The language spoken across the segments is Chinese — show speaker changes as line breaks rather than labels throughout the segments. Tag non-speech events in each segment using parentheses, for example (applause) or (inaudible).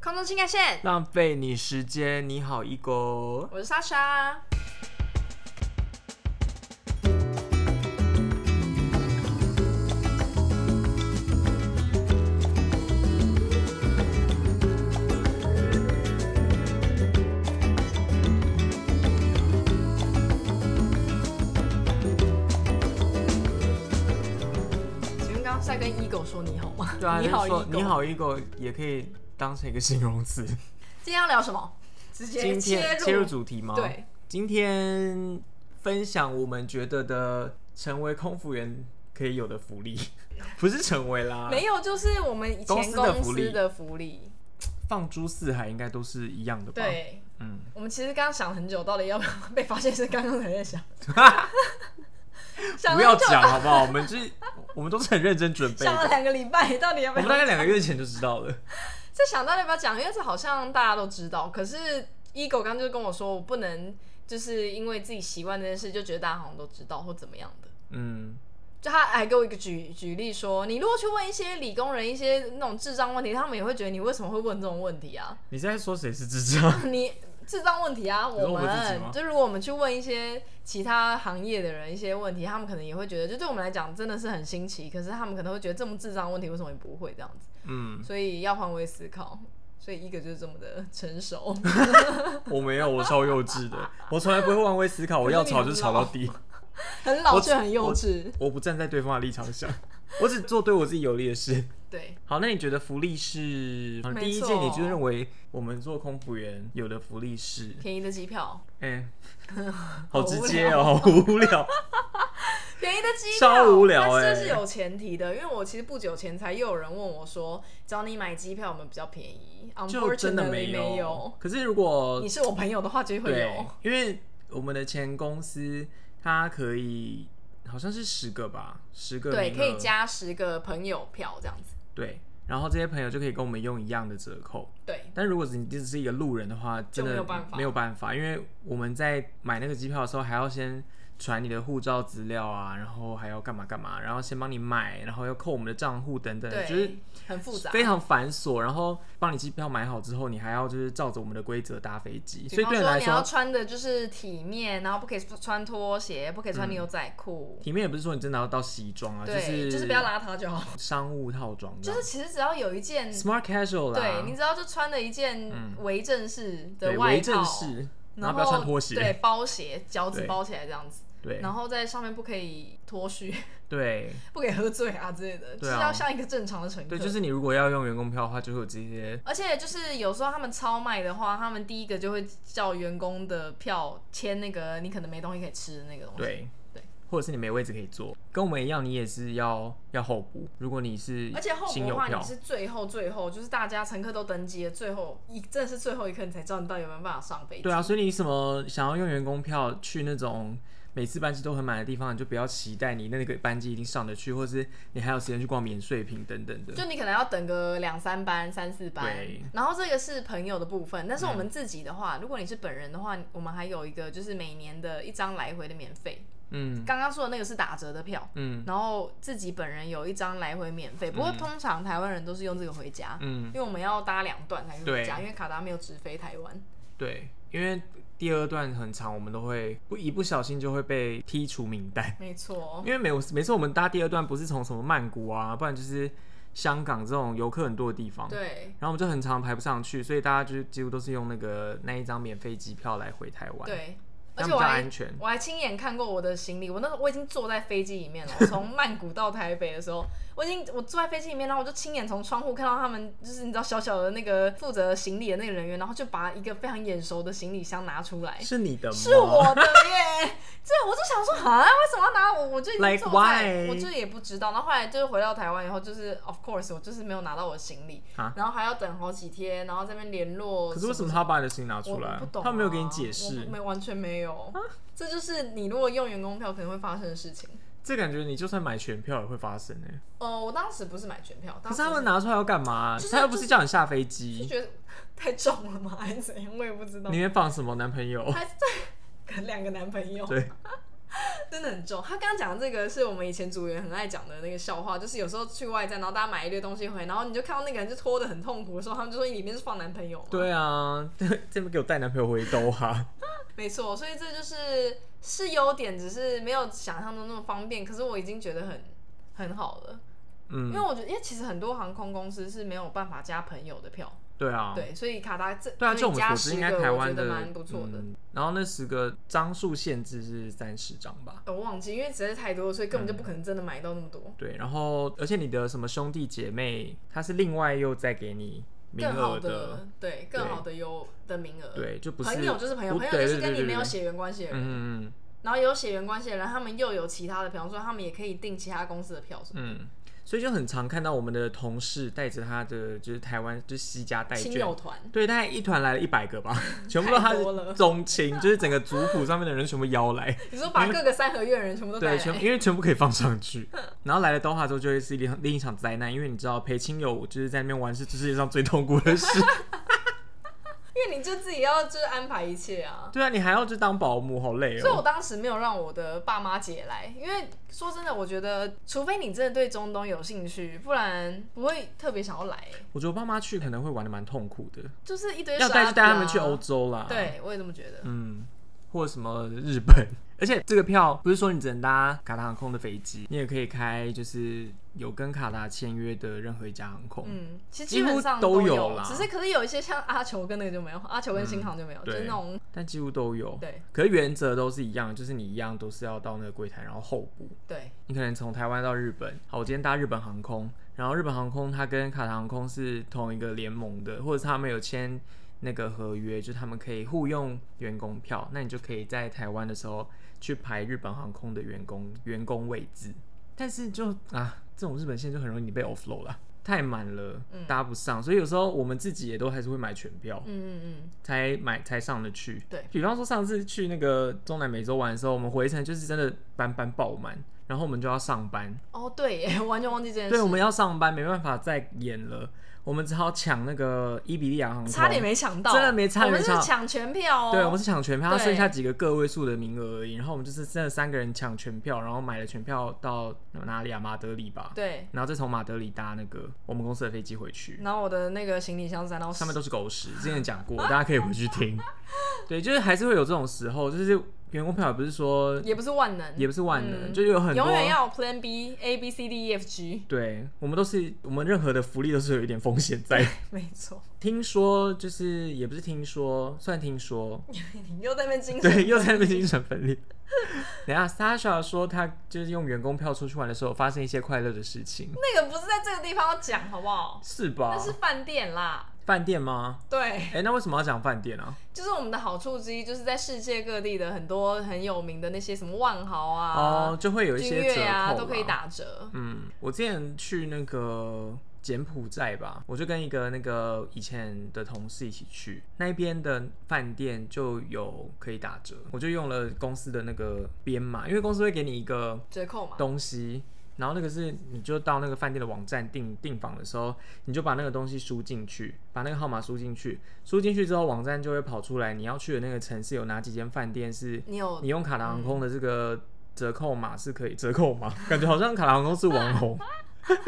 空中新干线，
浪费你时间，你好一狗。
我是莎莎。请问刚刚是在跟 Ego 说你好吗？
对啊，
你
就
好
是说
Ego，
你好一狗也可以当成一个形容词。
今天要聊什么？直接
今
切
天
入
切入主题吗？
对，
今天分享我们觉得的成为空服员可以有的福利， (laughs) 不是成为啦，
没有，就是我们以
啊公
前
司的
公
福利哦
司的福利。
放诸四海应该都是一样的吧？，
对，
嗯，
我们其实刚刚想很久，到底要不要被发现？是刚刚才在
(laughs)
想，想
不要
了
讲好不好？我们就是 (laughs) 我们都是很认真准备
想了
的，
两个礼拜，到底要
我
不
们大
要？
概两个月前就知道了。
这想到底要不要讲？因为这好像大家都知道，可是 ego 刚就跟我说，我不能就是因为自己习惯这件事，就觉得大家好像都知道或怎么样的。
嗯，
就他还给我一个举举例说，你如果去问一些理工人一些那种智障问题，他们也会觉得你为什么会问这种问题啊？
你在说谁是
(laughs)
智障？
你智障问题啊，
你说
我
我自己
们
吗
就如果我们去问一些其他行业的人一些问题，他们可能也会觉得，就对我们来讲真的是很新奇，可是他们可能会觉得这么智障的问题为什么你不会这样子？
嗯，
所以要换位思考，所以一个就是这么的成
(laughs)
熟。 (laughs)
我没有，我超幼稚的，我从来不会换位思考，我要吵就吵到底，
很老
我
却很幼稚。
我不站在对方的立场想，我只做对我自己有利的事。
对，
好，那你觉得福利是
没错
第一件？你就认为我们做空服员有的福利
(laughs)
是？
便宜的机票，
哎、好直接哦，好无聊。
(laughs) 便宜的机票，
超无聊欸
但是这是有前提的，因为我其实不久前才又有人问我说，只要你买机票，我们比较便宜。
就真的
Unfortunately，
没
没
有。可是如果
你是我朋友的话，就会
对
有。，
因为我们的前公司它可以好像是十个吧，十个
对，
名
可以
额
加十个朋友票这样子。
对，然后这些朋友就可以跟我们用一样的折扣。
对，
但如果你只是一个路人的话，真的
没有办法
没有办法，因为我们在买那个机票的时候，还要先传你的护照资料啊，然后还要干嘛干嘛，然后先帮你买，然后要扣我们的账户等等，就是
对，很复杂。
非常繁琐。然后帮你机票买好之后，你还要就是照着我们的规则搭飞机，所
比
以
方
对你
说，
来
你要
说，
穿的就是体面，然后不可以穿拖鞋，不可以穿牛仔裤。
嗯体面也不是说你真的要到西装啊，
对，
是啊
就是不要邋遢就好。
商务套装这
就
样，
是其实只要有一件
smart casual 啦，嗯
对，你只要就穿了一件为正式的
对
外
为
套，
正式，然
然
后不要穿拖鞋，
对，包鞋，脚趾
对
包起来这样子，
对
然后在上面不可以脱须，
对。
(laughs) 不可以喝醉啊之类的，就
对
是
啊
要像一个正常的乘客。
对，就是你如果要用员工票的话，就会有这些。
而且就是有时候他们超卖的话，他们第一个就会叫员工的票签那个你可能没东西可以吃的那个东西。
对
对，
或者是你没位置可以坐，跟我们一样，你也是要要候补。如果你是
而且后补
新
的
有
话，
票
你，是最后最后，就是大家乘客都登机了，最后一真的是最后一刻，你才知道你到底有没有办法上飞机。
对啊，所以你什么想要用员工票去那种每次班机都很满的地方，你就不要期待你那个班机一定上得去，或是你还有时间去逛免税品等等的。
就你可能要等个两三班、三四班
对，嗯
然后这个是朋友的部分。但是我们自己的话，如果你是本人的话，我们还有一个就是每年的一张来回的免费。
嗯
刚刚说的那个是打折的票，
嗯
然后自己本人有一张来回免费。不过通常台湾人都是用这个回家，
嗯，
因为我们要搭两段才可以回家，
对
因为卡达没有直飞台湾。
对，因为第二段很长，我们都会不一不小心就会被剔除名单。
没错，
因为每每次我们搭第二段不是从什么曼谷啊，不然就是香港这种游客很多的地方，
对
然后我们就很常排不上去，所以大家就是几乎都是用那个那一张免费机票来回台湾，，
对。
这
而
样
且
比
我
较
还
安全。
我还亲眼看过我的行李，我那时候我已经坐在飞机里面了。我从曼谷到台北的时候，我已经我坐在飞机里面，然后我就亲眼从窗户看到他们，就是你知道小小的那个负责行李的那个人员，然后就把一个非常眼熟的行李箱拿出来，
是你的吗？
是我的耶！ (laughs) 这我就想说，啊，为什么要拿我？我就已经
Like
坐在
why？
我就也不知道。然后后来就是回到台湾以后，就是 of course 我就是没有拿到我的行李，
啊
然后还要等好几天，然后在那边联络。
可是为什么他要把你的事情拿
我
出来
不？懂、啊，
他没有给你解
我
释
不，没完全没有。这就是你如果用员工票可能会发生的事情。
这感觉你就算买全票也会发生哎、
哦，我当时不是买全票，
可
当
是
时
他们拿出来要干嘛？
就是
他又不是叫你下飞机，
就觉得太重了吗，还是怎样？我也不知道
你。会放什么男朋友？
还是两个男朋友，
对，
(laughs) 真的很重。他刚刚讲的这个是我们以前组员很爱讲的那个笑话，就是有时候去外站，然后大家买一堆东西回来，然后你就看到那个人就拖得很痛苦的时候，他们就说你里面是放男朋友嘛。
对啊， (laughs) 这边给我带男朋友回兜哈、
没错，所以这就是是优点，只是没有想象中那么方便。可是我已经觉得很很好了，因为
嗯，
我觉得，因为其实很多航空公司是没有办法加朋友的票，
对啊，
对，所以卡达这
对啊，
可以
就我们
加
所
十
知，
个，
应该台
我
湾
觉得
的
蛮不错的。
嗯然后那十个张数限制是三十张吧？
我忘记，因为实在是太多了，所以根本
嗯
就不可能真的买到那么多。
对，然后而且你的什么兄弟姐妹，他是另外又再给你名
更好
额
的，对，更好的优的名额。，
对，就不是
朋友就是朋友，
不
朋友
对
就是
对
跟
对
你
对
没有
对
血缘关系的人，
嗯嗯
然后有血缘关系的人，他们又有其他的，比方说他们也可以订其他公司的票，什么
嗯嗯，所以就很常看到我们的同事带着他的就是台湾就是西家带
亲
眷
友
(laughs)
团。
对，大概一团来了一百个吧，全部都他
太多了
是宗亲，就是整个族谱上面的人全部
(laughs)
邀来，
你说把各个三合院的人全部都带
对，全
来，
因为全部可以放上去。然后来了东华之后，就会是一另另一场灾难，因为你知道陪亲友就是在那边玩是世界上最痛苦的事。 (laughs)
因为你就自己要就是安排一切啊。
对啊，你还要去当保姆，好累
所以我
哦。
当时没有让我的爸妈姐来，因为说真的，我觉得除非你真的对中东有兴趣，不然不会特别想要来，
我觉得我爸妈去可能会玩的蛮痛苦的，
就是一堆
要
沙
带就
子
带他
啊
们去欧洲啦。，
对，我也这么觉得。
嗯，或者什么日本。 (laughs) 而且这个票不是说你只能搭卡达航空的飞机，你也可以开就是有跟卡达签约的任何一家航空。
嗯，其实
几
基本
乎
上
都
有
有啦
只是可是有一些像阿球跟那个就没有，阿球跟新航就没有，就是
对
那种
但几乎都有。
对
可是原则都是一样，就是你一样都是要到那个柜台，然后候补。
对
你可能从台湾到日本，好，我今天搭日本航空，然后日本航空它跟卡塔航空是同一个联盟的，或者是他们有签那个合约，就是他们可以互用员工票，那你就可以在台湾的时候去排日本航空的员工员工位置。但是就啊，这种日本线就很容易你被 offload 了，太满了，搭不上，所以有时候我们自己也都还是会买全票。
嗯嗯
才买才上得去。
对
比方说上次去那个中南美洲玩的时候，我们回程就是真的班班爆满，然后我们就要上班
嗯，，哦对耶， (laughs) 完全忘记这件事，
对，我们要上班，没办法再演了，我们只好抢那个伊比利亚航空，
差点没抢到，
真的没差
我们
没差
是抢全票哦，
对，我们是抢全票，它
对
剩下几个个位数的名额而已，然后我们就是真的三个人抢全票，然后买了全票到哪里啊？马德里吧，
对，
然后再从马德里搭那个我们公司的飞机回去。
然后我的那个行李箱塞到
上面都是狗屎，之前讲过，大家可以回去
(laughs)
听。对，就是还是会有这种时候，就是员工票也不是说
也不是万能，
也不是万能，
嗯
就有很多啊
永远要有 Plan B A B C D E F G，
对我们都是我们任何的福利都是有一点风险在。
没错， (laughs)
听说就是也不是听说，算听说，
你又在那边精神，
对，又在那边精神分裂。等一下，Sasha 说他就是用员工票出去玩的时候，发生一些快乐的事情，
那个不是在这个地方要讲好不
(laughs)
好？
是吧
那？是饭店啦，
饭店吗？
对。
哎、那为什么要讲饭店啊？
就是我们的好处之一，就是在世界各地的很多很有名的那些什么万豪啊、
哦、就会有一
君
些折扣
悦啊，
啦
都可以打折。
嗯，我之前去那个柬埔寨吧，我就跟一个那个以前的同事一起去，那边的饭店就有可以打折，我就用了公司的那个编码，因为公司会给你一个
折扣嘛，
东西。然后那个是，你就到那个饭店的网站订订房的时候，你就把那个东西输进去，把那个号码输进去，输进去之后，网站就会跑出来你要去的那个城市有哪几间饭店是
你有
你用卡达航空的这个折扣码是可以折扣码， (laughs) 感觉好像卡达航空是网红， (laughs)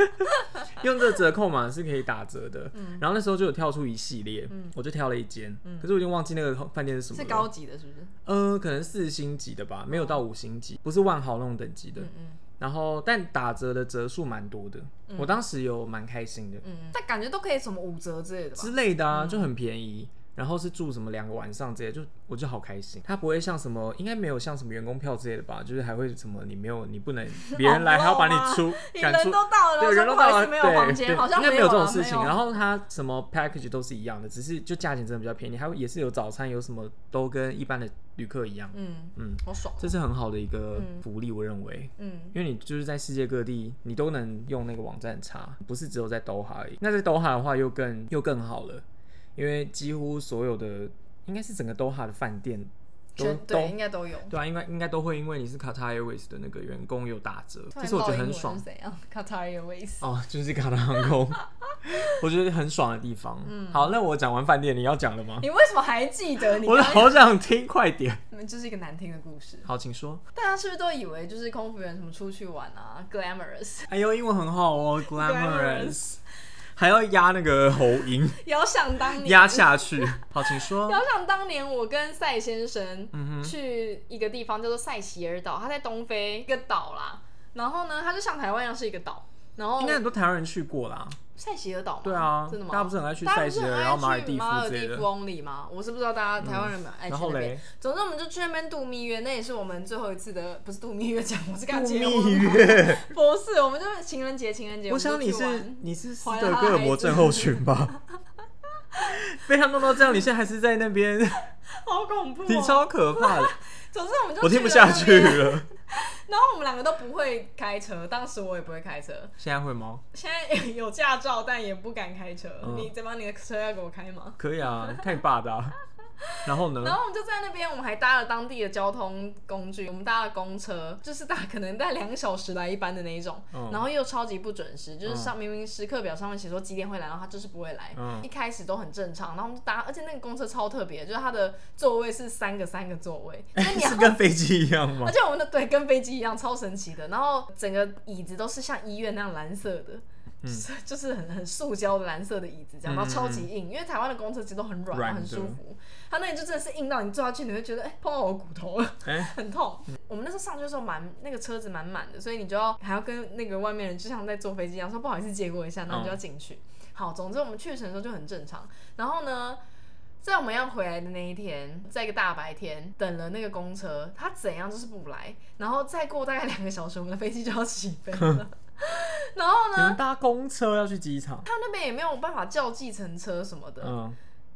用这个折扣码是可以打折的。
嗯
然后那时候就有跳出一系列，我就挑了一间，可是我已经忘记那个饭店是什么
是
了。
高级的，是不是？
呃，可能四星级的吧，没有到五星级，不是万豪那种等级的。
嗯嗯
然后但打折的折数蛮多的，我当时有蛮开心的
嗯嗯，但感觉都可以什么五折之类的吧？
之类的啊，
嗯
就很便宜。然后是住什么两个晚上之类的，就我就好开心。它不会像什么，应该没有像什么员工票之类的吧？就是还会什么你没有，
(laughs)
你不能别人来还要把你出
啊你
赶出
人，都到了，
对，
说
人都
不好意
到
思
了，
没有房
对
间，
对，
好像
应该没
有
有
啊
这种事情。
没有
然后它什么 package 都是一样的，只是就价钱真的比较便宜，还有也是有早餐，有什么都跟一般的旅客一样，
嗯嗯
嗯，
好爽。
这是很好的一个福利，我认为。
嗯，
因为你就是在世界各地，你都能用那个网站查，不是只有在抖哈而已。那在抖哈的话，又更又更好了，因为几乎所有的应该是整个抖哈的饭店都
全对
都
应该都有。
对啊，应该应该都会因为你是 Qatar Airways 的那个员工有打折，
突
这
然
是我觉
报
得
应
很
我
爽
是怎样 (laughs) ？Qatar Airways，
哦，就是卡塔航空，我觉得很爽的
(laughs)
地方。嗯，好，那我讲完饭店，你要讲了吗？
你为什么还记得？你
我
刚
好想听，快点。
刚就是一个难听的故事。
好，请说。
大家是不是都以为就是空服员什么出去玩啊，glamorous，
哎呦，英文很好哦，glamorous，还要压那个喉音，
遥想当年，
压下去。 (laughs) 好，请说。
遥想当年我跟赛先生
嗯哼，
去一个地方叫做塞西尔岛，它在东非一个岛啦。然后呢，它就像台湾一样是一个岛。然后
应该很多台湾人去过啦。
塞西尔岛吗？
对啊，
真的吗？
大家不是很爱去
大家
塞
不是
舌，
很爱去
然后马尔地
马
夫
尔
之类
地
的嗯
夫。only 吗？我是不知道大家台湾人们爱去
然后
那边。
嘞，
总之，我们就去那边度蜜月，那也是我们最后一次的，不是度蜜月讲，我是刚
度
结
蜜
婚，
月。
(laughs) 不是，我们就是情人节，情人节。
我
们就
想你
去玩
是你是斯
怀
德
了他
哥尔
孩
摩
子
症候
(laughs)
群吧？被他弄到这样，你现在还是在那边，
好恐怖、哦，
你超可怕的，
总 (laughs) 之我们就
我
去
听不
了
下
那
去
边。
了。
然后我们两个都不会开车，当时我也不会开车，
现在会吗？
现在有驾照但也不敢开车。
嗯
你怎么样？你的车要给我开吗？
可以啊，太霸道。然后
然
呢？
后我们就在那边，我们还搭了当地的交通工具，我们搭了公车，就是搭可能搭两个小时来一班的那一种，
嗯
然后又超级不准时，就是上
嗯
明明时刻表上面写说几点会来，然后他就是不会来，
嗯
一开始都很正常，然后我们就搭，而且那个公车超特别，就是它的座位是三个三个座位，那你要
(laughs) 是跟飞机一样
(laughs)
吗
而？且我们的对跟飞机一样超神奇的，然后整个椅子都是像医院那样蓝色的，
嗯
就是就是很很塑胶的蓝色的椅子，这样然后超级硬，因为台湾的公车其实都很软嘛，
软的
很舒服，它那里就真的是硬到你坐下去你会觉得哎、碰到我骨头了，
哎，
很痛。我们那时候上去的时候满那个车子满满的，所以你就要还要跟那个外面人就像在坐飞机一样说不好意思借过一下，然后你就要进去。好，总之我们去程的时候就很正常，然后呢？在我们要回来的那一天，在一个大白天等了那个公车，它怎样就是不来，然后再过大概两个小时，我们的飞机就要起飞了。然后
你
呢，
们搭公车要去机场？
他们那边也没有办法叫计程车什么的，
嗯，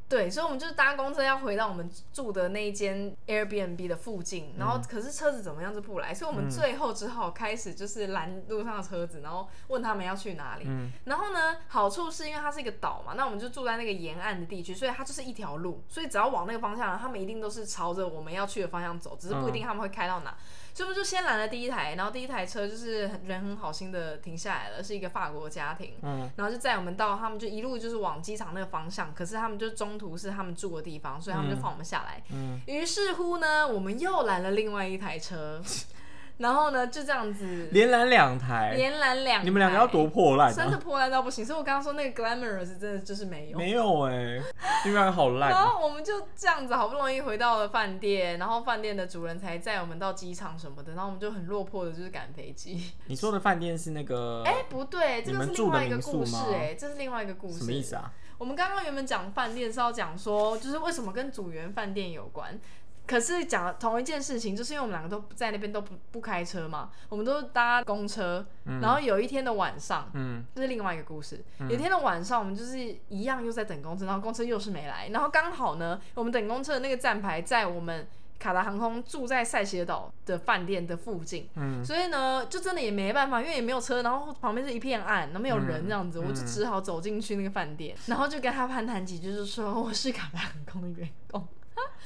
对，所以我们就是搭公车要回到我们住的那一间 Airbnb 的附近，然后可是车子怎么样就不来，所以我们最后只好开始就是拦路上的车子，然后问他们要去哪里。
嗯
然后呢，好处是因为它是一个岛嘛，那我们就住在那个沿岸的地区，所以它就是一条路，所以只要往那个方向，他们一定都是朝着我们要去的方向走，只是不一定他们会开到哪。所以我们就先拦了第一台，然后第一台车就是很人很好心的停下来了，是一个法国家庭，
嗯
然后就载我们到，他们就一路就是往机场那个方向，可是他们就中途是他们住的地方，所以他们就放我们下来。
嗯，
于是乎呢，我们又拦了另外一台车， (laughs) 然后呢就这样子
连拦两台，
连拦两台，
你们两个要多破烂
真的
啊！
破烂到不行，所以我刚刚说那个 glamorous 真的就是没有。
没有哎，你们两个好烂
然
哦。
后我们就这样子，好不容易回到了饭店，然后饭店的主人才载我们到机场什么的，然后我们就很落魄的，就是赶飞机。
你说的饭店是那个
哎、不对，这个
你们
是另
住的
外一个
民宿
故事、
吗
哎，这是另外一个故事。
什么意思啊？
我们刚刚原本讲饭店是要讲说，就是为什么跟组员饭店有关。可是讲了同一件事情，就是因为我们两个都不在那边都不不开车嘛，我们都搭公车。然后有一天的晚上，
嗯，
这是另外一个故事。有一天的晚上，我们就是一样又在等公车，然后公车又是没来，然后刚好呢，我们等公车的那个站牌在我们卡达航空住在塞西尔岛的饭店的附近，
嗯
所以呢，就真的也没办法，因为也没有车，然后旁边是一片暗，然后没有人
嗯
这样子，我就
嗯
只好走进去那个饭店，然后就跟他攀谈几句，就说我是卡达航空的员工，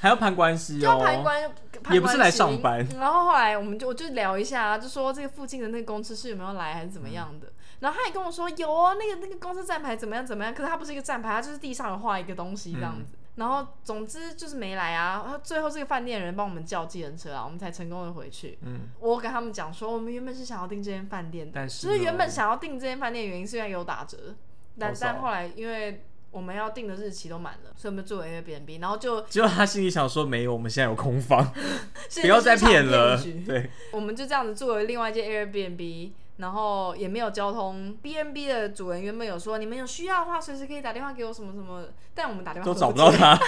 还要攀关系
就要攀
哦。
关，攀
也不是
关
来
系
上班
(laughs) 然后后来我们就我就聊一下，啊就说这个附近的那个公司是有没有来还是怎
嗯
么样的。然后他也跟我说有哦，那个那个公司站牌怎么样怎么样，可是它不是一个站牌，它就是地上有画一个东西这样子。
嗯
然后总之就是没来啊。然后最后这个饭店的人帮我们叫计程车啊，我们才成功的回去。
嗯，
我跟他们讲说，我们原本是想要订这间饭店的，
但是
就
呢
是原本想要订这间饭店的原因是因为有打折，但
好少
但后来因为我们要订的日期都满了，所以我们就住了 Airbnb，然后就
结果他心里想说没有，我们现在有空房，
不
不要再骗了。
局
对，
我们就这样子住了另外一间 Airbnb，然后也没有交通。B N B 的主人原本有说，你们有需要的话，随时可以打电话给我什么什么，但我们打电话
都找不
接
到，他。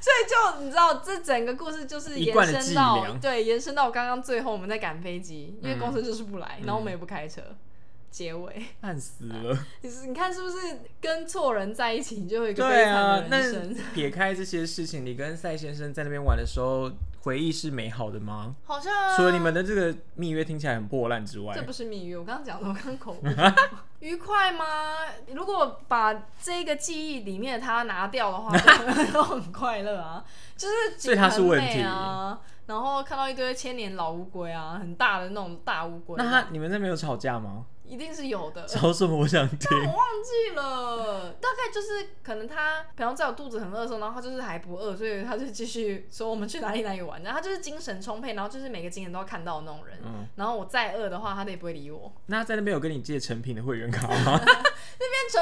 所以 (laughs) 就你知道，这整个故事就是
一
延
贯的
伸
伎
到
俩
对延伸到刚刚最后我们在赶飞机，因为
嗯
公司就是不来，然后我们
嗯
也不开车。结尾， (laughs)
烂死了！
你是你看是不是跟错人在一起，你就会有一个
对
悲惨
啊，
的
那
人生？
撇开这些事情，你跟赛先生在那边玩的时候，回忆是美好的吗？
好像
除了你们的这个蜜月听起来很破烂之外
这，不是蜜月，我刚刚讲的，我刚口误。
愉快
(laughs)
吗？如果把这个记忆里面的它拿掉的
(laughs)
话，就很快乐啊，就是
所以它是
景很
问
美
题
啊。然后看到一堆千年老乌龟啊，很大的那种大乌龟，啊
那他你们那边有吵架吗？
一定是有
(laughs)
的。
吵什么？我
(laughs)
想听。
我忘记了，大概就是可能他，比方在我肚子很饿的时候，然后他就是还不饿，所以他就继续说我们去哪里哪里玩，然后他就是精神充沛，然后就是每个景点都要看到的那种人。
嗯，
然后我再饿的话，他都也不会理我。
那他在那边有跟你借成品的会员卡吗？
但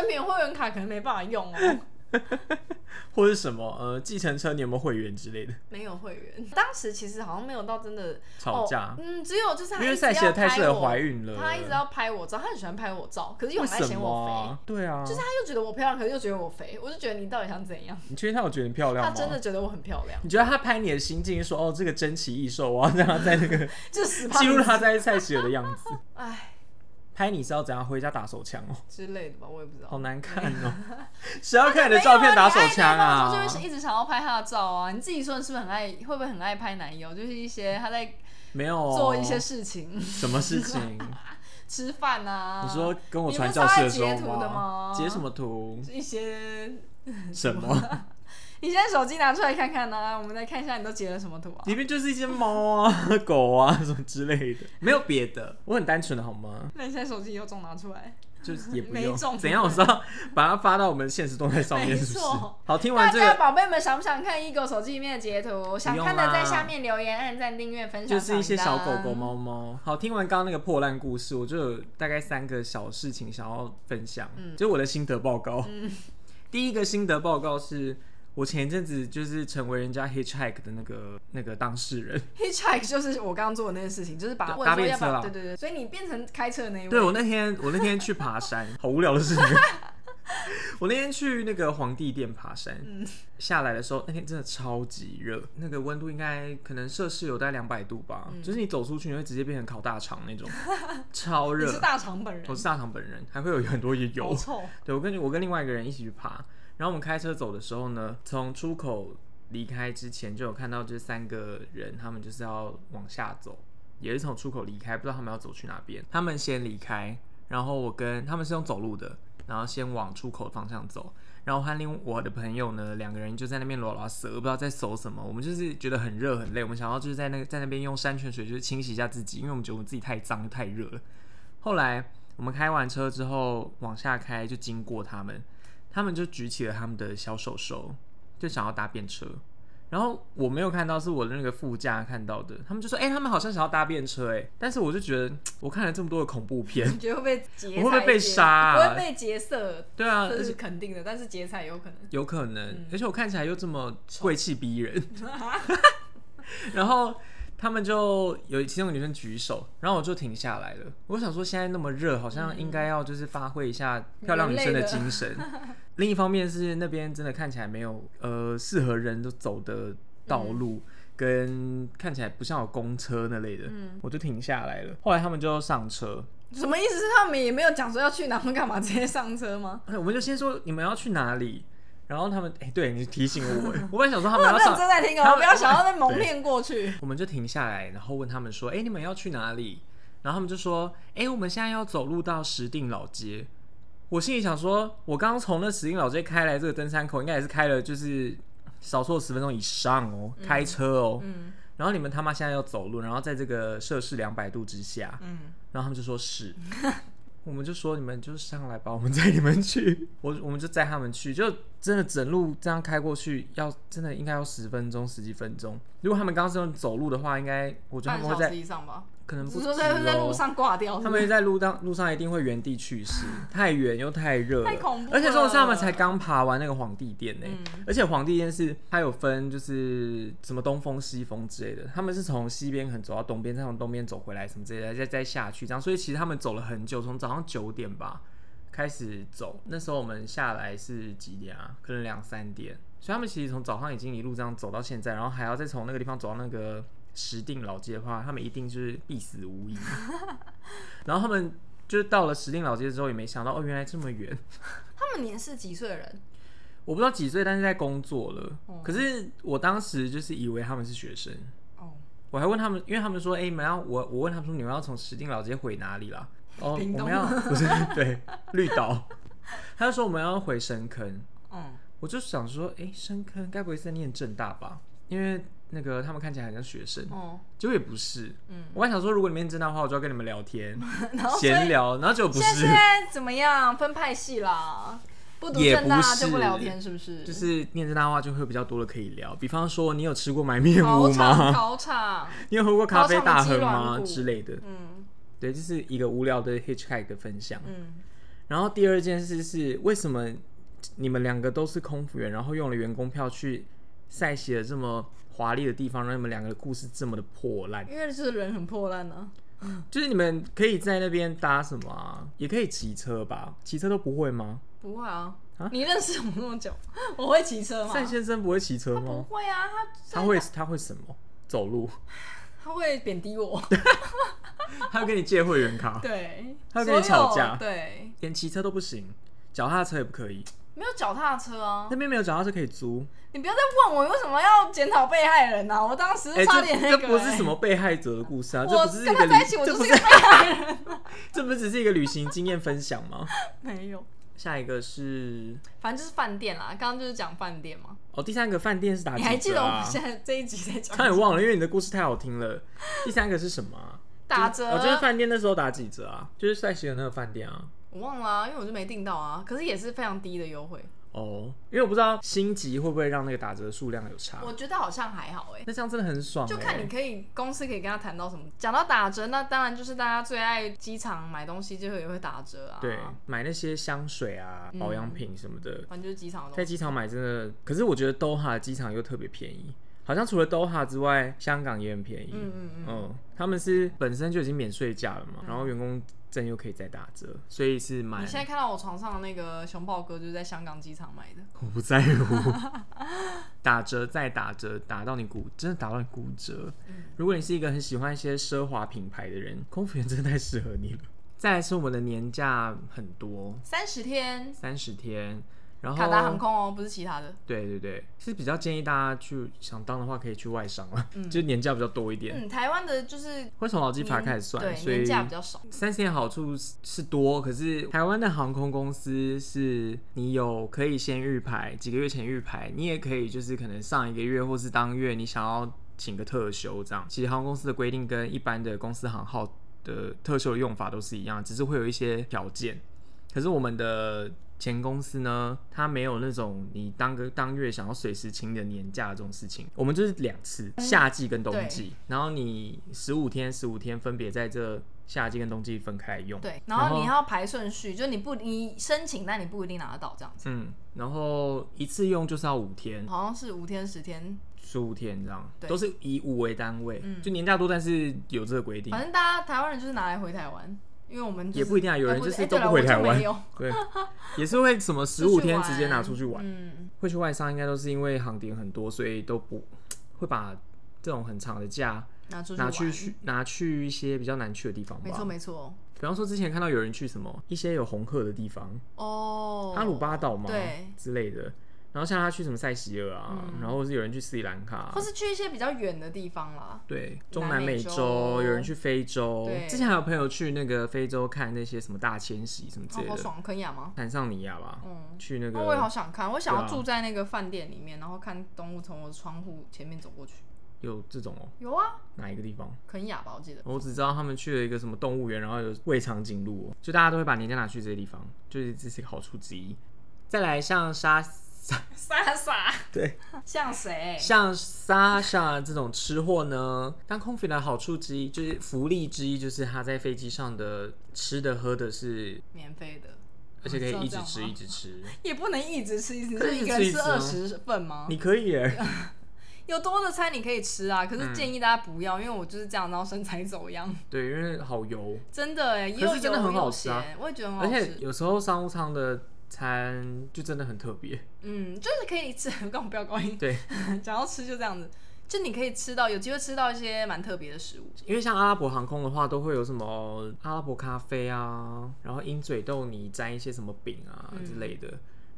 成品会员卡可能没办法用哦，
或者什么呃，计程车你有没有会员之类的？
(laughs) 没有会员。当时其实好像没有到真的
吵架
哦，嗯，只有就是他
因
一
为
直要
赛西尔太适
拍
合
我
怀孕了。
他一直要拍我照，他很喜欢拍我照，可是又
为
很爱
什
嫌我
么
肥，
啊？对啊，
就是他又觉得我漂亮，可是又觉得我肥，我就觉得你到底想怎样？
你确定他有觉得你漂亮
他
吗？
真的觉得我很漂亮， (laughs)
你觉得他拍你的心境说哦，这个珍奇异兽， (laughs) 我要让他在那
(laughs)
个
就死胖
记录
子，
他在赛西尔的样子。 (laughs)
哎
拍你是要怎样回家打手枪哦？
之类的吧，我也不知道。
好难看哦！
(laughs)
谁要看你的照片打手枪啊
没有你爱对方的时候就会一直想要拍他的照啊。你自己说你是不是很爱，会不会很爱拍男友？就是一些他在
没有哦
做一些事情，
什么事
(laughs)
情？
吃饭啊。
你说跟我
你不是
传教士的时
超爱截图
候啊
的吗
截什
(laughs)
么图？
一些，
什么？
(laughs) 你现在手机拿出来看看呢、我们来看一下你都截了什么图啊？
里面就是一些猫啊、 (laughs) 狗啊什么之类的，没有别的。我很单纯的好吗？
那你现在手机有种拿出
(laughs)
来？
就是也不用
没中
怎样，我是要把它发到我们现实动态上面，
没
是不是
错？
好，听完
大
这
家
个，
宝贝们想不想看一狗手机里面的截图？想看的在下面留言、按赞、订阅、分享。
就是一些小
小
狗狗、
铃铛？
猫猫。好，听完刚刚那个破烂故事，我就有大概三个小事情想要分享，
嗯
就是我的心得报告。第一个心得报告是。我前一阵子就是成为人家 hitchhike 的那个那个当事人，
Hitchhike 就是我刚刚做的那件事情，就是把
搭
问说要不
搭便车
要，
啦
对对对，所以你变成开车的那一位，
对我那天我那天去爬山，好无聊的事情。 (laughs) 我那天去那个皇帝殿爬山，
嗯
下来的时候那天真的超级热，那个温度应该可能摄氏有大概两百度吧，
嗯
就是你走出去你会直接变成烤大肠
(laughs)
那种，超
你
热
是。大肠本人
我，是大肠本人，还会有很多
好
油。
臭。
对我跟我跟另外一个人一起去爬，然后我们开车走的时候呢，从出口离开之前就有看到这三个人，他们就是要往下走，也是从出口离开，不知道他们要走去哪边。他们先离开，然后我跟他们是用走路的，然后先往出口的方向走。然后和另我的朋友呢，两个人就在那边拉拉舌，不知道在搜什么。我们就是觉得很热很累，我们想要就是在那个在那边用山泉水就是清洗一下自己，因为我们觉得我们自己太脏太热了。后来我们开完车之后往下开，就经过他们，他们就举起了他们的小手手，就想要搭便车。然后我没有看到，是我的那个副驾看到的。他们就说：“哎、他们好像想要搭便车。”哎，但是我就觉得，我看了这么多的恐怖片，
你觉得会被劫？
我会不会被杀啊
不会被劫色，
对啊，而
这
且
是肯定的，但是劫财有可能。
有可能，而且我看起来又这么贵气逼人，然后他们就有其中一个女生举手，然后我就停下来了。我想说现在那么热，好像应该要就是发挥一下漂亮女生的精神。另一方面是那边真的看起来没有呃适合人都走的道路。跟看起来不像有公车那类的，我就停下来了。后来他们就上车，
什么意思？是他们也没有讲说要去哪或干嘛，直接上车吗？
哎我们就先说你们要去哪里，然后他们哎、对你提醒
(laughs)
了我，哎我本来想说他
我
们
很
要上
认真在听
他
哦，
们
不要想要被蒙骗过去。
我们就停下来，然后问他们说：“哎、你们要去哪里？”然后他们就说：“哎、我们现在要走路到石定老街。”我心里想说，我刚刚从那石定老街开来这个登山口，应该也是开了就是少说十分钟以上哦，开车哦。
嗯
然后你们他妈现在要走路，然后在这个摄氏两百度之下，
嗯，
然后他们就说是，我们就说你们就上来吧，我们载你们去，我我们就载他们去，就真的整路这样开过去，要真的应该要十分钟十几分钟。如果他们刚刚是用走路的话，应该我觉得
半
他们
小
会
时
在
以上吧。
可能
只
不
是
止
说在嗯在
哦
路，上挂掉，
他们会在路当路上一定会原地去世，太远又太热了，
太恐怖了
而且这种是他们才刚爬完那个皇帝殿呢、而且皇帝殿是它有分就是什么东风西风之类的，他们是从西边可能走到东边，再从东边走回来什么之类的，再再下去这样，所以其实他们走了很久，从早上九点吧开始走，那时候我们下来是几点啊？可能两三点，所以他们其实从早上已经一路这样走到现在，然后还要再从那个地方走到那个石定老街的话，他们一定就是必死无疑。然后他们就是到了石定老街之后，也没想到哦，原来这么远。
他们年是几岁的人？哦
我不知道几岁，但是在工作了。可是我当时就是以为他们是学生，
哦
我还问他们，因为他们说，哎、你们要我，我问他们说，你们要从石碇老街回哪里啦？哦，
屏
我
东 (laughs)
们要不是对绿岛，他就说我们要回深坑，
嗯，
我就想说，哎、深坑该不会是在念正大吧？因为那个他们看起来很像学生，
哦，
结果也不是。嗯，我还想说，如果你们念正大的话，我就要跟你们
(laughs)
聊天
然哦后所以
闲聊，然后结果不
现在
是
现，在怎么样？分派系啦，
(laughs)
不读
也
正大
不是
就不聊天，是不是？
就是念正大的话就会比较多的可以聊，比方说你有吃过埋
(laughs)
面
考
屋
场，
吗？
考
(laughs)
场，
你有喝过咖啡大亨
烤肠
吗
的鸡
之
软
类的？
嗯
对，就是一个无聊的 hitchhike 的分享。
嗯，
然后第二件事是，为什么你们两个都是空服员，然后用了员工票去塞西了这么华丽的地方，让你们两个的故事这么的破烂？
因为就是人很破烂呢、
就是你们可以在那边搭什么啊？也可以骑车吧？骑车都不会吗？
不会啊
啊，
你认识我那么久， (laughs) 我会骑车吗？
单先生不会骑车
不
吗？
会啊，他
他会他会什么？走路？
他会贬低我，
他会跟你借会员卡？
对，
他会跟你吵架
所有对，
连骑车都不行，脚踏车也不可以。
没有脚踏车啊，
那边没有脚踏车可以租。
你不要再问我为什么要检讨被害人啊，我当 (laughs) 时
哎、
差点那
这
个、欸
这不是什，么被害者的故事啊，这
我
不是一
跟
个
他
旅
在一起，我
这
就
不
是一
是
个被害人， (laughs)
这不只是一个旅行经验分享吗？ (laughs)
没有，
下一个是
反正就是饭店啦，刚刚就是讲饭店嘛，
哦，第三个饭店是 (laughs) 打、啊、
你还记得我们现在这一集在讲
差点忘了，因为你的故事太好听了。第三个是什么、啊？
(laughs) 打
就是
折，
哦，就是饭店那时候打几折啊？就是在西的那个饭店啊。
我忘了、啊，因为我就没订到啊，可是也是非常低的优惠，
哦，因为我不知道星级会不会让那个打折数量有差。
我觉得好像还好哎、
那这样真的很爽、欸，
就看你可以公司可以跟他谈到什么。讲到打折，那当然就是大家最爱机场买东西，就会也会打折啊。
对买那些香水
嗯
啊、保养品什么的，
反正就是机场的
在
东西。
机场买真的，可是我觉得 Doha 机场又特别便宜，好像除了 Doha 之外，香港也很便宜。
嗯嗯嗯
他们是本身就已经免税价了嘛，然后员工证又可以再打折，所以是蛮
你现在看到我床上的那个熊抱哥，就是在香港机场买的。
我不在乎， (laughs) 打折再打折，打到你骨真的打到你骨折。
嗯
如果你是一个很喜欢一些奢华品牌的人，空服员真的太适合你了。再来是我们的年假很多，
三十天，
三十天，然后
卡达航空哦，不是其他的。
对对对，是比较建议大家去想当的话，可以去外商了， (laughs) 就是年假比较多一点，
嗯，台湾的就是
会从劳基法开始算，
对，
所以
年假比较少。
三十天好处是是多，可是台湾的航空公司是你有可以先预排，几个月前预排，你也可以就是可能上一个月或是当月你想要请个特休这样。其实航空公司的规定跟一般的公司行号的特休的用法都是一样，只是会有一些条件。可是我们的前公司呢，它没有那种你当个当月想要随时请你的年假的这种事情。我们就是两次，夏季跟冬季，然后你十五天十五天分别在这夏季跟冬季分开用。
对，然后你还要排顺序，就你不你申请，但你不一定拿得到这样子。
嗯，然后一次用就是要五天，
好像是五天十天，
十五天这样，
对嗯
都是以五为单位，就年假多，但是有这个规定
反。正大家台湾人就是拿来回台湾，因为我们就是
也不一定啊，有人
哎
就
不
是
哎
都
对啦
不回
我就
台湾
没有， (laughs)
对，也是会什么十五天直接拿出去玩，
嗯，
会去外商应该都是因为航点很多，所以都不会把这种很长的假
拿出去
拿
玩
去去拿去一些比较难去的地方吧。
没错没错。
比方说之前看到有人去什么一些有红鹤的地方，
哦，
阿鲁巴岛嘛，
对嗯
之类的。然后像他去什么塞西尔啊，然后是有人去斯里兰卡
或，是去一些比较远的地方啦。
对，中
南
南
美
美
洲
洲有人去非洲，
对
之前还有朋友去那个非洲看那些什么大迁徙什么之
哦
类，
好
的，
爽，肯雅吗？
坦桑尼亚吧，
嗯，
去那个
那我也好想看，我想
对
要
啊
住在那个饭店里面，然后看动物从我的窗户前面走过去。
有这种哦，
有啊，
哪一个地方？
肯雅吧，我记得。
我只知道他们去了一个什么动物园，然后有喂长颈鹿哦，就大家都会把年假拿去这些地方，就是这是一个好处之一。再来像莎莎
莎莎
对
(laughs) 像谁？
像莎莎这种吃货呢，当空服员的好处之一就是福利之一，就是他在飞机上的吃的喝的是，
免费的，
而且可以一
知
直
道这
吃
样吗
一直吃，
也不能一直吃一直
可
吃，
以一
一
直
个
吃
人
一
吃
直啊
二十份吗？
你可以耶， (laughs)
有多的餐你可以吃啊，可
嗯
是建议大家不要，因为我就是这样，然后身材走样。
对，因为好油，
真的哎，也
可
有
是真的
油
很好
有
吃啊
咸我也觉得很好
而且
吃。
有时候商务舱的餐就真的很特别，
嗯，就是可以吃， (laughs) 刚不要高音， (laughs)
对，
讲到吃就这样子，就你可以吃到有机会吃到一些蛮特别的食物。
因为像阿拉伯航空的话，都会有什么阿拉伯咖啡啊，然后鹰嘴豆泥沾一些什么饼啊
嗯
之类的。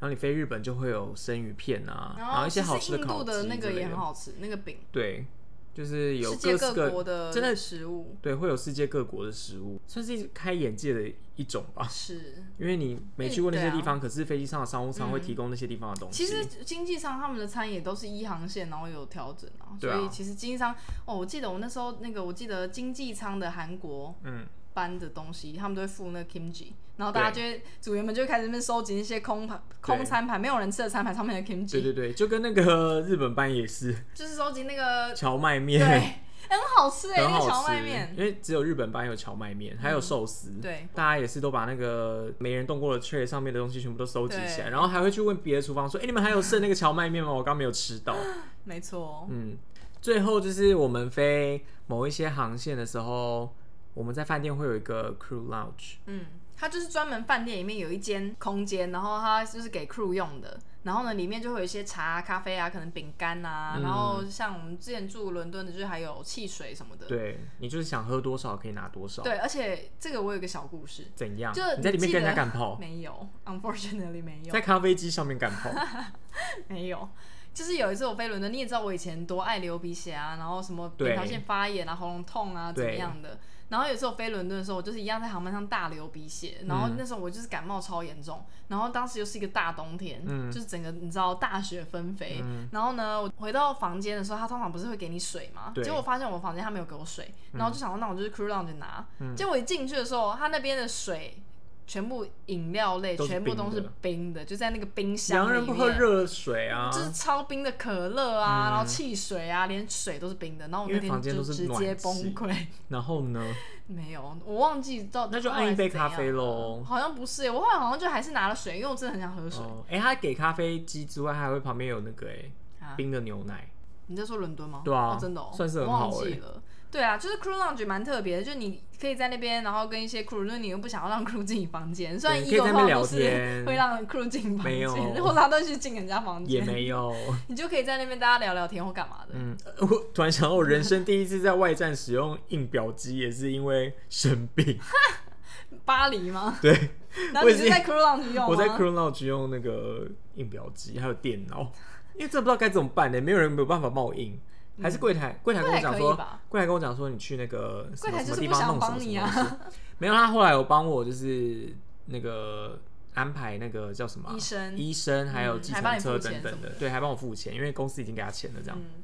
然后你飞日本就会有生鱼片啊，然
后
一些好
其
吃
实印
烤
度
鸡
的那
之
个
类
也
的
很好吃，那个饼
对，就是有
世界
各式
各
各
国的
真的
食物
对，会有世界各国的食物，算是开眼界的一种吧。
是。
因为你没去过那些地方，可是飞机上的商务舱会
啊嗯
提供那些地方的东西。
其实经济舱他们的餐也都是一航线，然后有调整啊，
对啊
所以其实经济舱哦，我记得我那时候那个我记得经济舱的韩国
嗯，
班的东西，他们都会附那个 kimchi，然后大家就会组员们就会开始那边收集那些空盘、空餐盘，没有人吃的餐盘上面的 kimchi，
对对对，就跟那个 (laughs) 日本班也是
就是收集那
(laughs)
个
荞麦面，
呃对，很好吃哎、
(laughs) 很
那个
好
荞麦
吃。
面嗯
因，为只有日本班有荞麦面，还有寿司。
对，
大家也是都把那个没人动过的 tray 上面的东西全部都收集起来，
对
然后还会去问别的厨房说：“哎、你们还有剩那个荞麦面吗？我刚没有吃
(laughs)
到。”
没错，
嗯，最后就是我们飞某一些航线的时候，我们在饭店会有一个 crew lounge，
嗯，它就是专门饭店里面有一间空间，然后它就是给 crew 用的。然后呢，里面就会有一些茶、咖啡啊，可能饼干啊，
嗯
然后像我们之前住伦敦的，就是还有汽水什么的。
对啊你就是想喝多少可以拿多少，
对，而且这个我有一个小故事，
怎样？
就
你在里面
记
跟人家
得
干炮，
没有，unfortunately 没有
在，咖啡机上面干
(laughs)
炮，
没有。就是有一次我飞伦敦，你也知道我以前多爱流鼻血啊，然后什么
对
扁桃腺发炎啊、喉咙痛啊怎么
对
样的。然后有时候飞伦敦的时候，我就是一样在航班上大流鼻血，然后
嗯
那时候我就是感冒超严重，然后当时又是一个大冬天，
嗯
就是整个你知道大雪纷飞。
嗯
然后呢，我回到房间的时候，他通常不是会给你水吗？
对
结果我发现我房间他没有给我水，然后就想说那我就是 crew lounge 拿。
嗯
结果我一进去的时候，他那边的水全部饮料类
都是
全部都
冰的
是冰的，就在那个冰箱
洋
里
人
面。
不喝热水啊
就，是超冰的可乐啊，
嗯
然后汽水啊，连水都是冰的。然后我那
因为房
天
间
就
都是
直接
暖气
崩溃， (laughs)
然后呢，
没有，我忘记到
那就
后来
按一杯
哦是怎样啊
咖啡咯
好像不是耶，我后来好像就还是拿了水，因为我真的很想喝水。
哦，哎、他给咖啡机之外，还会旁边有那个哎、
啊
冰的牛奶，
你在说伦敦吗？
对啊
哦、真的、哦，
算是很
我
好欸
忘记
耶
了。对啊，就是 crew lounge 蛮特别的，就是你可以在那边，然后跟一些 crew，就是你又不想要让 crew 进你房间，虽然
对
一
可以
楼
在
通常
那边聊
都是 (laughs)
天
会让 crew 进房
没
间，
有
(laughs) 或者他都去进人家房
也
间，
没有，
(laughs) 你就可以在那边大家聊聊天或干嘛的。
嗯，呃我突然想到，我人生第一次在外站使用印表机，也是因为生病，
巴黎吗？
(laughs) 对。
然
我
后
已
你是
经
在 crew lounge 用吗？
我在 c r o n o u g e 用那个印表机，还有
(laughs)
电脑，因为这不知道该怎么办呢、没有人没有办法冒印，还是柜台柜台跟我讲
嗯柜台可以
说
吧，
柜台跟我讲说你去那个什
柜
么
台
什
就
么
是
地
不
方
想
弄什
帮
么
你
什
啊
么东西，没有，他后来有帮我就是那个安排那个叫什么啊、
医生嗯
医生还有计
还帮
程
你
车
付
等
钱
等
什么
的
的，
对，还帮我付钱，因为公司已经给他钱了，这样、
嗯，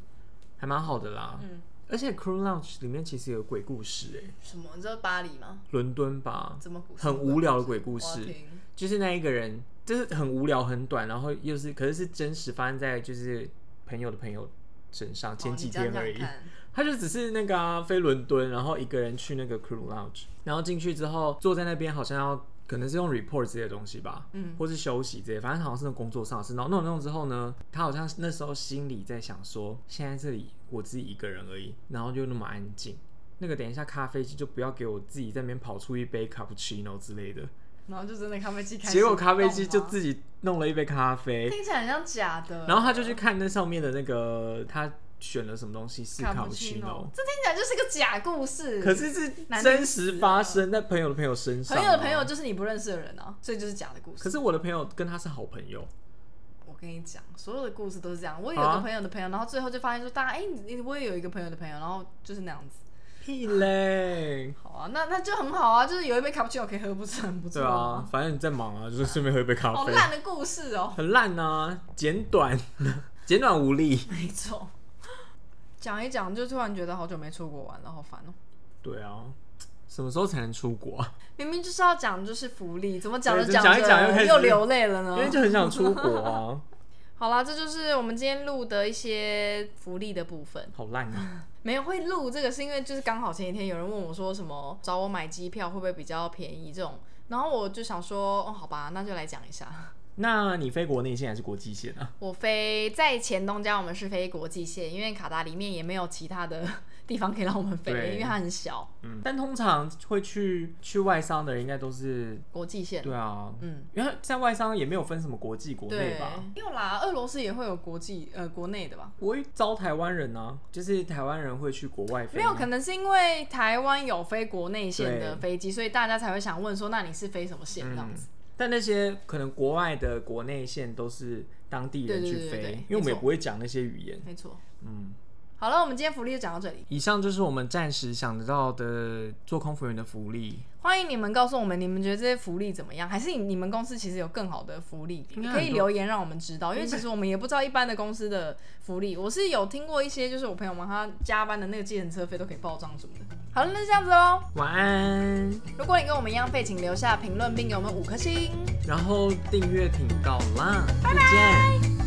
还蛮好的啦。
嗯
而且 Crew Lounge 里面其实有鬼故事哎、
什么？你知道巴黎吗？
伦敦吧，
怎么古
很无聊的鬼故
我
事
要听
就是那一个人，就是很无聊、很短，然后又是可是是真实发生在就是朋友的朋友身上，前几天而
哦你
已。
这样想看
(laughs) 他就只是那个啊，飞伦敦，然后一个人去那个 crew lounge，然后进去之后坐在那边，好像要可能是用 report 这些东西吧，
嗯
或是休息这些，反正好像是那种工作上的事。然后弄一弄之后呢，他好像那时候心里在想说，现在这里我自己一个人而已，然后就那么安静。那个等一下咖啡机就不要给我自己在那边跑出一杯 cappuccino 之类的，
然后就真的咖啡机开始
结果咖啡机就
动吗
自己弄了一杯咖啡，
听起来很像假的，
然后他就去看那上面的那个他选了什么东西是
卡
卡
布
布
奇
奇
诺
诺，，
哦这听起来就是个假故事。
可是是
难
真
听死
实
了
发生在朋友的朋友身上、啊
朋友的朋友，就是你不认识的人啊，所以就是假的故事。
可是我的朋友跟他是好朋友，
我跟你讲，所有的故事都是这样。我有
好
一
啊
个朋友的朋友，然后最后就发现说，大家哎、你你我也有一个朋友的朋友，然后就是那样子。
屁嘞，
好啊，那那就很好啊，就是有一杯卡布奇诺可以喝，不是很不错
对啊
吗？，
反正你在忙
(laughs)
啊，就是顺便喝一杯咖
好
啡，
烂的故事哦、
很烂啊，简短， (laughs) 简短无力，
(laughs) 没错。讲一讲，就突然觉得好久没出国玩了，好烦哦、
对啊。什么时候才能出国啊？
明明就是要讲就是福利，怎么讲着
对
着
讲一讲又开始
又流泪了
因为
呢？
就很想出国啊，
好啦，这就是我们今天录的一些福利的部分。
好烂啊！
没有会录这个是因为就是刚好前几天有人问我说什么找我买机票会不会比较便宜这种，然后我就想说哦好吧，那就来讲一
(laughs)
下。
那你飞国内线还是国际线啊？
我飞在前东家，我们是飞国际线，因为卡达里面也没有其他的地方可以让我们飞，
对
因为它很小，
嗯，但通常会去去外商的人，应该都是
国际线。
对啊，
嗯，
因为在外商也没有分什么国际国内
对
吧。，
没有啦，俄罗斯也会有国际呃国内的吧？
我会招台湾人啊，就是台湾人会去国外飞，
没有，可能是因为台湾有飞国内线的
对
飞机，所以大家才会想问说，那你是飞什么线这
嗯
样子？
但那些可能国外的国内线都是当地人
对
去
对
飞，
对对对
因为我们
没
也
错
嗯不会讲那些语言。
没错。
嗯，
好了，我们今天福利就讲到这里，
以上就是我们暂时想得到的做空服员的福利，
欢迎你们告诉我们你们觉得这些福利怎么样，还是你们公司其实有更好的福利
应该，很
可以
多
留言让我们知道，因为其实我们也不知道一般的公司的福利，我是有听过一些，就是我朋友们他加班的那个计程车费都可以报账什么的。好了，那就这样子喽。
晚安，
如果你跟我们一样废，请留下评论并给我们五颗星。
然后订阅频道啦，再见。